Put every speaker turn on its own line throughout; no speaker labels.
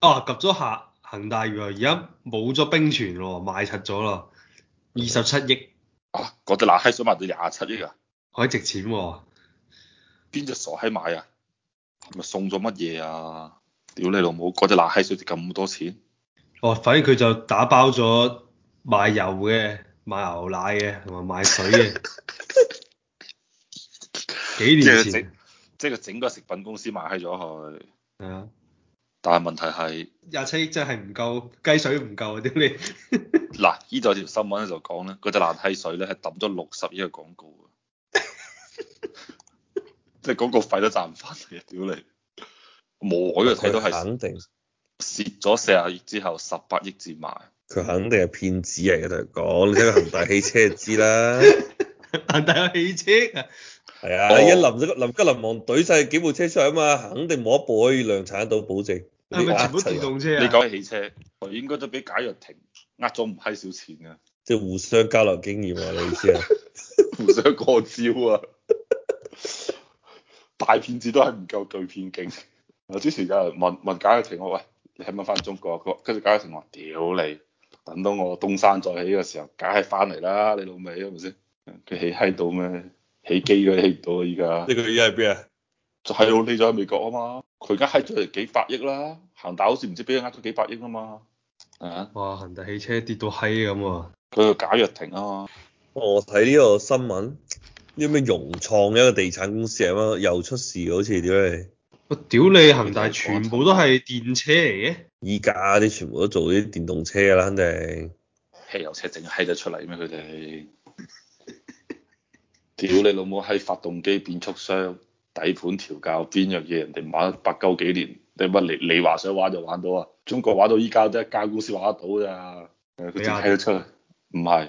啊，及咗下恒大原來而家冇咗冰泉咯，賣柒咗啦，二十七億，
啊，嗰隻嗱閪想賣到廿七億啊！
可以值錢喎、
邊隻傻閪買啊？咪送咗乜嘢啊？屌你老母！嗰隻嗱閪水值咁多錢，
哦，反正佢就打包咗賣油嘅、賣牛奶嘅同埋賣水 嘅。幾
即
年
係
前
整，即係佢整個食品公司買閪咗佢。
係啊，
但係問題係
廿七億真係唔夠，雞水唔夠啊！屌你，
嗱，呢度有條新聞咧就講咧，嗰隻爛閪水咧係抌咗六十億嘅廣告啊， 即係廣告費都賺唔翻嚟，啊屌你！無海嘅睇到
佢
係
肯定，
蝕咗四廿億之後，十八億至賣。
佢肯定係騙子嚟嘅。同佢 講，你睇佢恒大汽車就知啦。
恒大有汽車啊！
係啊，
哦
一臨咗臨急臨忙懟晒幾部車出去啊嘛，肯定冇一部可以量產到保證。
係咪全部電
嗰啲呃齊人
動車
你
啊？
講起汽車，佢應該都俾解約停呃咗唔閪少錢嘅，
即係互相交流經驗啊！你意 思啊？
互相過招啊！大騙子都係唔夠巨騙勁。啊之前有人問問解約停我，喂，你係咪翻中國啊？佢話跟住解約停我話，屌你！等到我東山再起嘅時候，梗係翻嚟啦！你老味係咪先？佢起閪到咩？起機都起唔到啊！依家
即係佢而家喺邊啊？
就係我匿咗喺美國啊嘛，佢而家閪咗嚟幾百億啦，恒大好似唔知俾佢呃咗幾百億啊嘛，啊！
哇！恒大汽車跌到閪咁啊！
佢個解約停啊嘛。
哦我睇呢個新聞，呢個咩融創一個地產公司係嘛，又出事好似點咧？
我哦屌你恒大全部都係電車嚟嘅，
依家啲全部都做啲電動車啦，肯定。
汽油車整閪得出嚟咩？佢哋 屌你老母閪！發動機變速箱、底盤調校，邊樣嘢人哋玩咗八鳩幾年？你乜你你話想玩就玩到啊？中國玩到依家都一間公司玩得到咋？誒佢整閪得出嚟？唔係，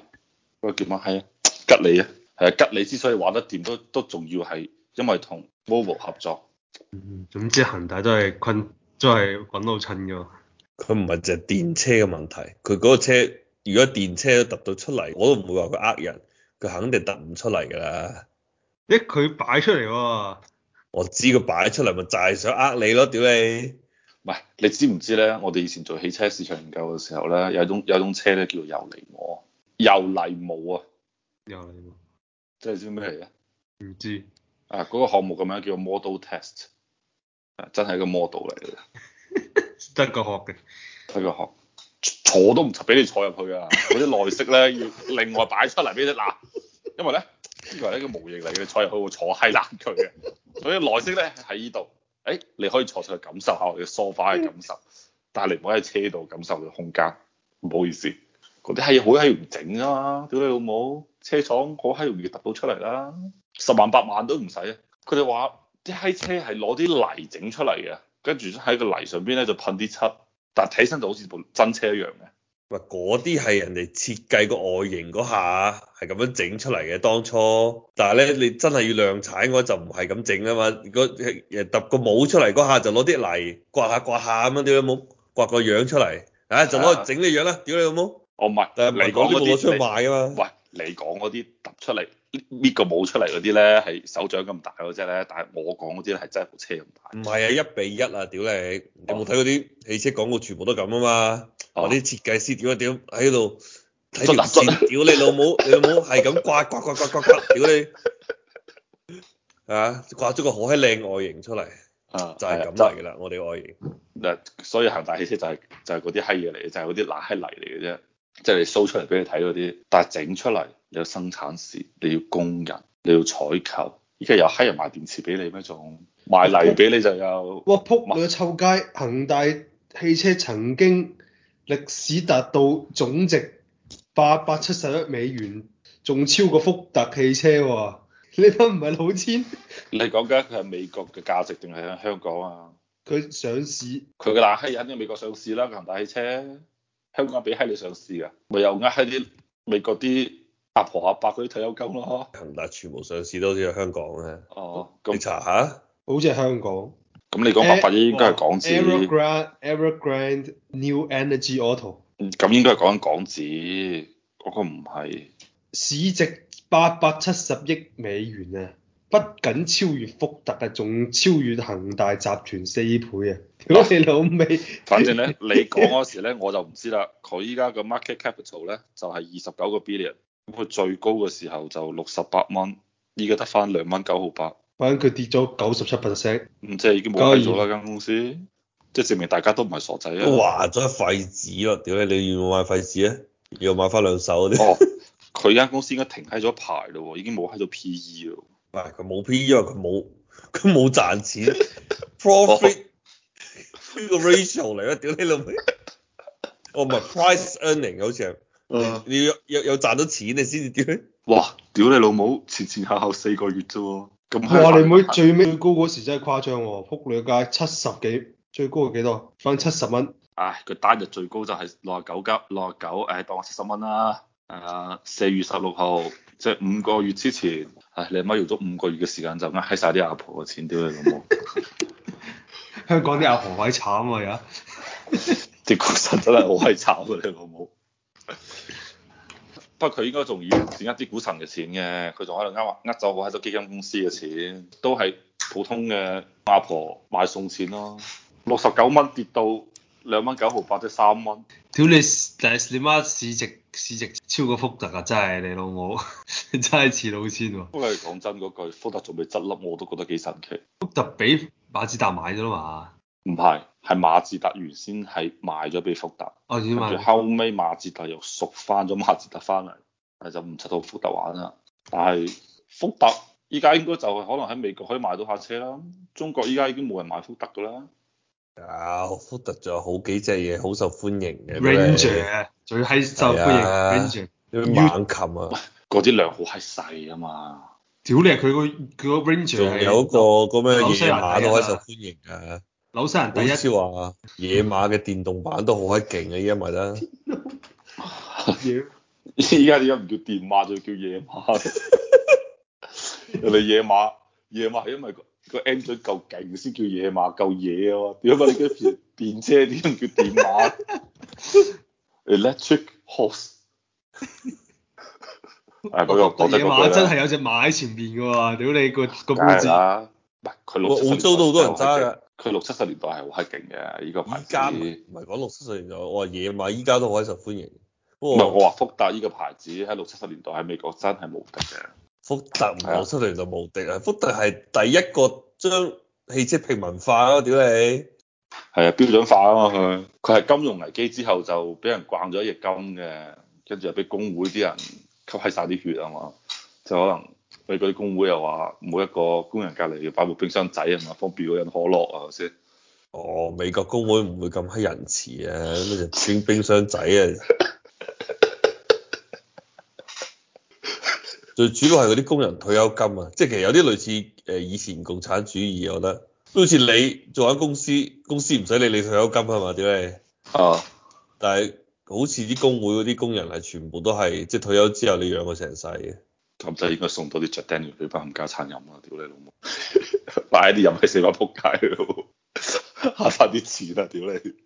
嗰個叫乜閪啊？吉利啊，係啊！吉利之所以玩得掂，都都仲要係因為同 Volvo 合作。
嗯總之恒大都係困，都係揾老襯嘅。
佢唔係淨係電車嘅問題，佢嗰個車如果電車都揼到出嚟，我都唔會話佢呃人，佢肯定揼唔出嚟㗎啦。
咦？佢擺出嚟喎，
我知佢擺出嚟咪就係想呃你咯，屌你！
唔係，你知唔知咧？我哋以前做汽車市場研究嘅時候咧，有種有種車咧叫做遊離我、遊離母啊，
又嚟喎
即係知咩嚟嘅？
唔知。
啊，嗰、個項目嘅名叫 Model Test，啊真係一個 model 嚟嘅，
得個學嘅，
睇佢學坐都唔俾你坐入去啊！嗰啲內飾咧要另外擺出嚟俾你嗱，因為咧呢個係一個模型嚟嘅，你坐入去會坐閪爛佢嘅，所以內飾咧喺呢度，誒、你可以坐上去感受下我哋 sofa 嘅感受，但係你唔可以喺車度感受佢空間，唔好意思，嗰啲閪好閪唔整啊嘛，屌你老母，車廠好閪容易揼到出嚟啦，十萬八萬都唔使啊！佢哋話啲閪車係攞啲泥整出嚟嘅，跟住喺個泥上邊咧就噴啲漆，但係睇起身就好似部真車一樣嘅。
喂，嗰啲係人哋設計個外形嗰下係咁樣整出嚟嘅，當初。但係咧，你真係要量產嗰就唔係咁整啊嘛。嗰誒揼個帽出嚟嗰下就攞啲泥刮下刮下咁樣，屌你冇刮個樣出嚟，啊就攞嚟整你樣啦，屌你老母！
哦我唔係，
但
你
係唔
講
係講呢
嗰
個攞出
啲，
去賣啊
你
嘛。
喂，你講嗰啲揼出嚟搣個帽出嚟嗰啲咧係手掌咁大嗰只咧，但係我講嗰啲係真係部車咁大。
唔係啊，一比一啊，屌你！你有冇睇嗰啲汽車廣告全部都咁啊嘛？
哦
我啲設計師屌一屌喺度睇
捽
條
啊捽啊
線，屌你 老母，你老母係咁刮刮刮刮刮刮，屌你！啊，刮咗個好閪靚外形出嚟，
啊，
就係咁
係啊
嚟噶啦，我哋外形。
嗱，所以恒大汽車就係、就係嗰啲閪嘢嚟嘅，就係嗰啲乸閪泥嚟嘅啫，即係你 show 出嚟俾你睇嗰啲，但係整出嚟你要生產線，你要工人，你要採購，依家有閪人賣電池俾你咩仲賣泥俾你就有，
哇！撲你個臭街！恒大汽車曾經歷史達到總值八百七十億美元，仲超過福特汽車喎。 你乜唔係老千？
你講緊佢係美國嘅價值定係喺香港啊？
佢上市
佢嘅乸閪肯定美國上市啦，恒大汽車，香港俾閪你上市㗎，咪又呃閪啲美國啲阿婆阿伯嗰啲退休金咯，
恒大全部上市都好似喺香港啊，
哦，
你
咁
查下，
好似係香港。
咁你講八百億應該係港紙。
Evergrande Evergrande New Energy Auto
嗯咁應該係講緊港紙，嗰、個唔係。
市值八百七十億美元啊！不僅超越福特啊，仲超越恒大集團四倍 啊！屌你老味！
反正咧，你講嗰時咧，我就唔知啦。佢依家個 market capital 咧就係二十九個 billion，咁佢最高嘅時候就六十八蚊，依家得翻兩蚊九毫八，
反正佢跌咗九十七 percent，
咁即係已經冇計咗啦間公司，即係證明大家都唔係傻仔
都
啊。
話咗廢紙咯，屌你！你要唔要買廢紙啊？要買翻兩手啊嗰啲。
哦， 佢間公司應該停喺咗牌咯喎，已經冇喺咗 PE 咯。
唔啊係佢冇 P，因為佢冇 佢冇賺錢 profit 呢個 ratio 嚟啊啦，屌你老味！哦，唔係 price earning 好似
嗯
係，你要有有賺到錢你先至屌。
哇！屌你老母，前前後後四個月啫喎，咁閪
哇！你妹
難
最尾最高嗰時真係誇張喎，撲你個街七十幾，最高係幾多？反正七十蚊，
唉，佢單日最高就係六十啊九急，六十九，誒當我七十蚊啦。誒，四月十六號，即係五個月之前，唉，你阿媽用咗五個月嘅時間就呃閪晒啲阿婆嘅錢，屌你老母！
香港啲阿婆鬼慘啊！而家
啲確實真係好閪慘嘅你老母。不過佢應該仲要先呃啲股神嘅錢嘅，佢仲喺度呃呃走好閪多基金公司嘅錢，都係普通嘅阿婆買餸錢咯。六十九蚊跌到兩蚊九毫八，即係三蚊。
屌你！但係你媽市值市值超過福特啊！真係你老母， 真係似老千喎！
不過你講真嗰句，福特仲未執笠，我都覺得幾神奇。
福特俾馬自達買咗啦嘛，
唔係，係馬自達原先係賣咗俾福特，
我點啊
跟
買
住？後尾馬自達又贖翻咗馬自達翻嚟，誒就唔出到福特玩啦。但係福特依家應該就係可能喺美國可以買到下車啦，中國依家已經冇人買福特噶啦。
有福特仲有啊好幾隻嘢好受歡迎嘅
Ranger 啊最閪受歡
係啊
迎 Ranger，
你咩猛禽啊，
嗰啲量好閪細啊嘛，
屌你啊！佢個佢個 Ranger
仲
係
有一個咁樣野馬
紐西蘭第
都
一啊
好受歡迎啊。
紐西蘭
好
第一
似話野馬嘅電動版都好閪勁啊，依家咪得。
嘢，
依家點解唔叫電馬，就叫野馬？人哋野馬，野馬係因為個個 engine 夠勁先叫野馬，夠野啊嘛。點解你嗰啲電車點解唔叫電馬？Electric horse。誒，不過講真
野馬
嗰句
真
咧，
係有隻馬喺前面㗎喎！屌你個個
梗
杯
係
子，
啦。唔係佢六
澳洲都好多人揸㗎。
佢六七十年代係好閪勁嘅，依個牌
依家唔
子。
係講六七十年代，我話野馬依家都好閪受歡迎。不
唔係
過
我話福特依個牌子喺六七十年代喺美國真係冇敵嘅。
福特唔係六七十年代無敵啊，福特係第一個將汽車平民化咯，屌你！
係啊，標準化啊嘛佢，佢係金融危機之後就俾人慣咗一億金嘅，跟住又俾工會啲人吸閪晒啲血啊嘛，就可能佢嗰啲工會又話每一個工人隔離要擺部冰箱仔啊嘛，方便嗰人可樂啊係咪先，
哦，美國工會唔會咁閪仁慈啊？咩就整冰箱 仔啊！最主要係嗰啲工人退休金啊，即係其實有啲類似誒以前共產主義，我覺得都好似你做間公司，公司唔使理你退休金係嘛？屌你！
啊
但係好似啲工會嗰啲工人係全部都係即係退休之後你養佢成世嘅。
咁就應該送多啲 Jack Daniel 俾班冚家產飲啦，屌你老 母，買啲飲喺四班撲街咯，慳翻啲錢啊，屌你！